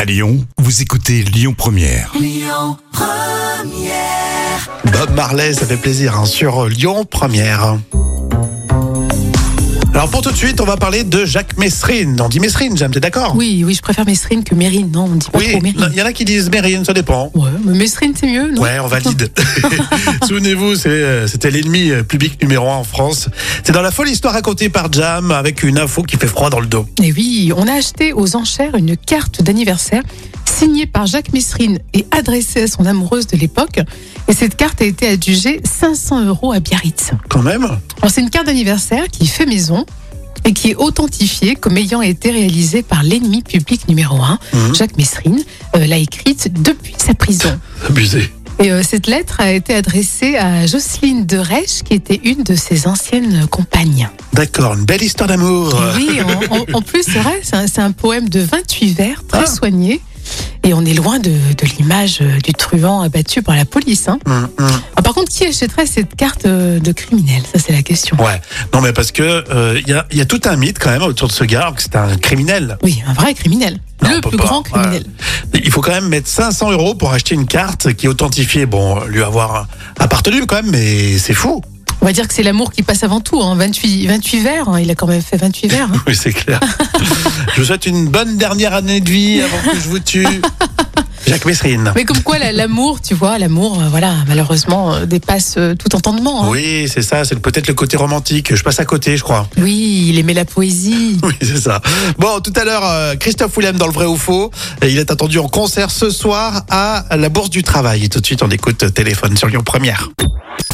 À Lyon, vous écoutez Lyon Première. Bob Marley, ça fait plaisir hein, sur Lyon Première. Alors pour tout de suite, on va parler de Jacques Messrine. On dit Messrine, Jam, t'es d'accord Oui, oui, je préfère Messrine que Mérine. Non, on dit pas Oui, trop Mérine. il y en a qui disent Mérine, ça dépend. Ouais, mais Messrine, c'est mieux, non Ouais, on valide. Souvenez-vous, c'est, euh, c'était l'ennemi euh, public numéro un en France. C'est dans la folle histoire racontée par Jam avec une info qui fait froid dans le dos. Et Eh oui, on a acheté aux enchères une carte d'anniversaire signée par Jacques Messrine et adressée à son amoureuse de l'époque. Et cette carte a été adjugée 500 euros à Biarritz. Quand même Alors, c'est une carte d'anniversaire qui fait maison et qui est authentifiée comme ayant été réalisée par l'ennemi public numéro un, Mhm. Jacques Messrine, euh, l'a écrite depuis sa prison. Abusé. Et euh, cette lettre a été adressée à Jocelyne de Reich, qui était une de ses anciennes compagnes. D'accord, une belle histoire d'amour. Et Oui, en, en- en plus, c'est vrai, c'est un, c'est un poème de 28 vers, très Ah. soigné. Et on est loin de, de l'image euh, du truand abattu par la police. hein. Hum, hum. Ah, par contre, qui achèterait cette carte euh, de criminel Ça, c'est la question. Ouais, non mais parce que euh, il y, a, il y a tout un mythe quand même autour de ce gars, que c'est un criminel. Oui, un vrai criminel. Non, on le peut plus pas. grand criminel. Ouais. Il faut quand même mettre 500 euros pour acheter une carte qui est authentifiée. Bon, lui avoir appartenu quand même, mais c'est fou. On va dire que c'est l'amour qui passe avant tout. hein. 28, 28 vers, hein. il a quand même fait 28 vers. hein. Oui, c'est clair. je vous souhaite une bonne dernière année de vie avant que je vous tue. Jacques Messrine. Mais comme quoi, la- l'amour, tu vois, l'amour, euh, voilà, malheureusement, euh, dépasse euh, tout entendement. hein. Oui, c'est ça, c'est peut-être le côté romantique. Je passe à côté, je crois. Oui, il aimait la poésie. Oui, c'est ça. Bon, tout à l'heure, euh, Christophe Willem dans le vrai ou faux. Et Il est attendu en concert ce soir à la Bourse du Travail. Et tout de suite, on écoute euh, téléphone sur Lyon Première.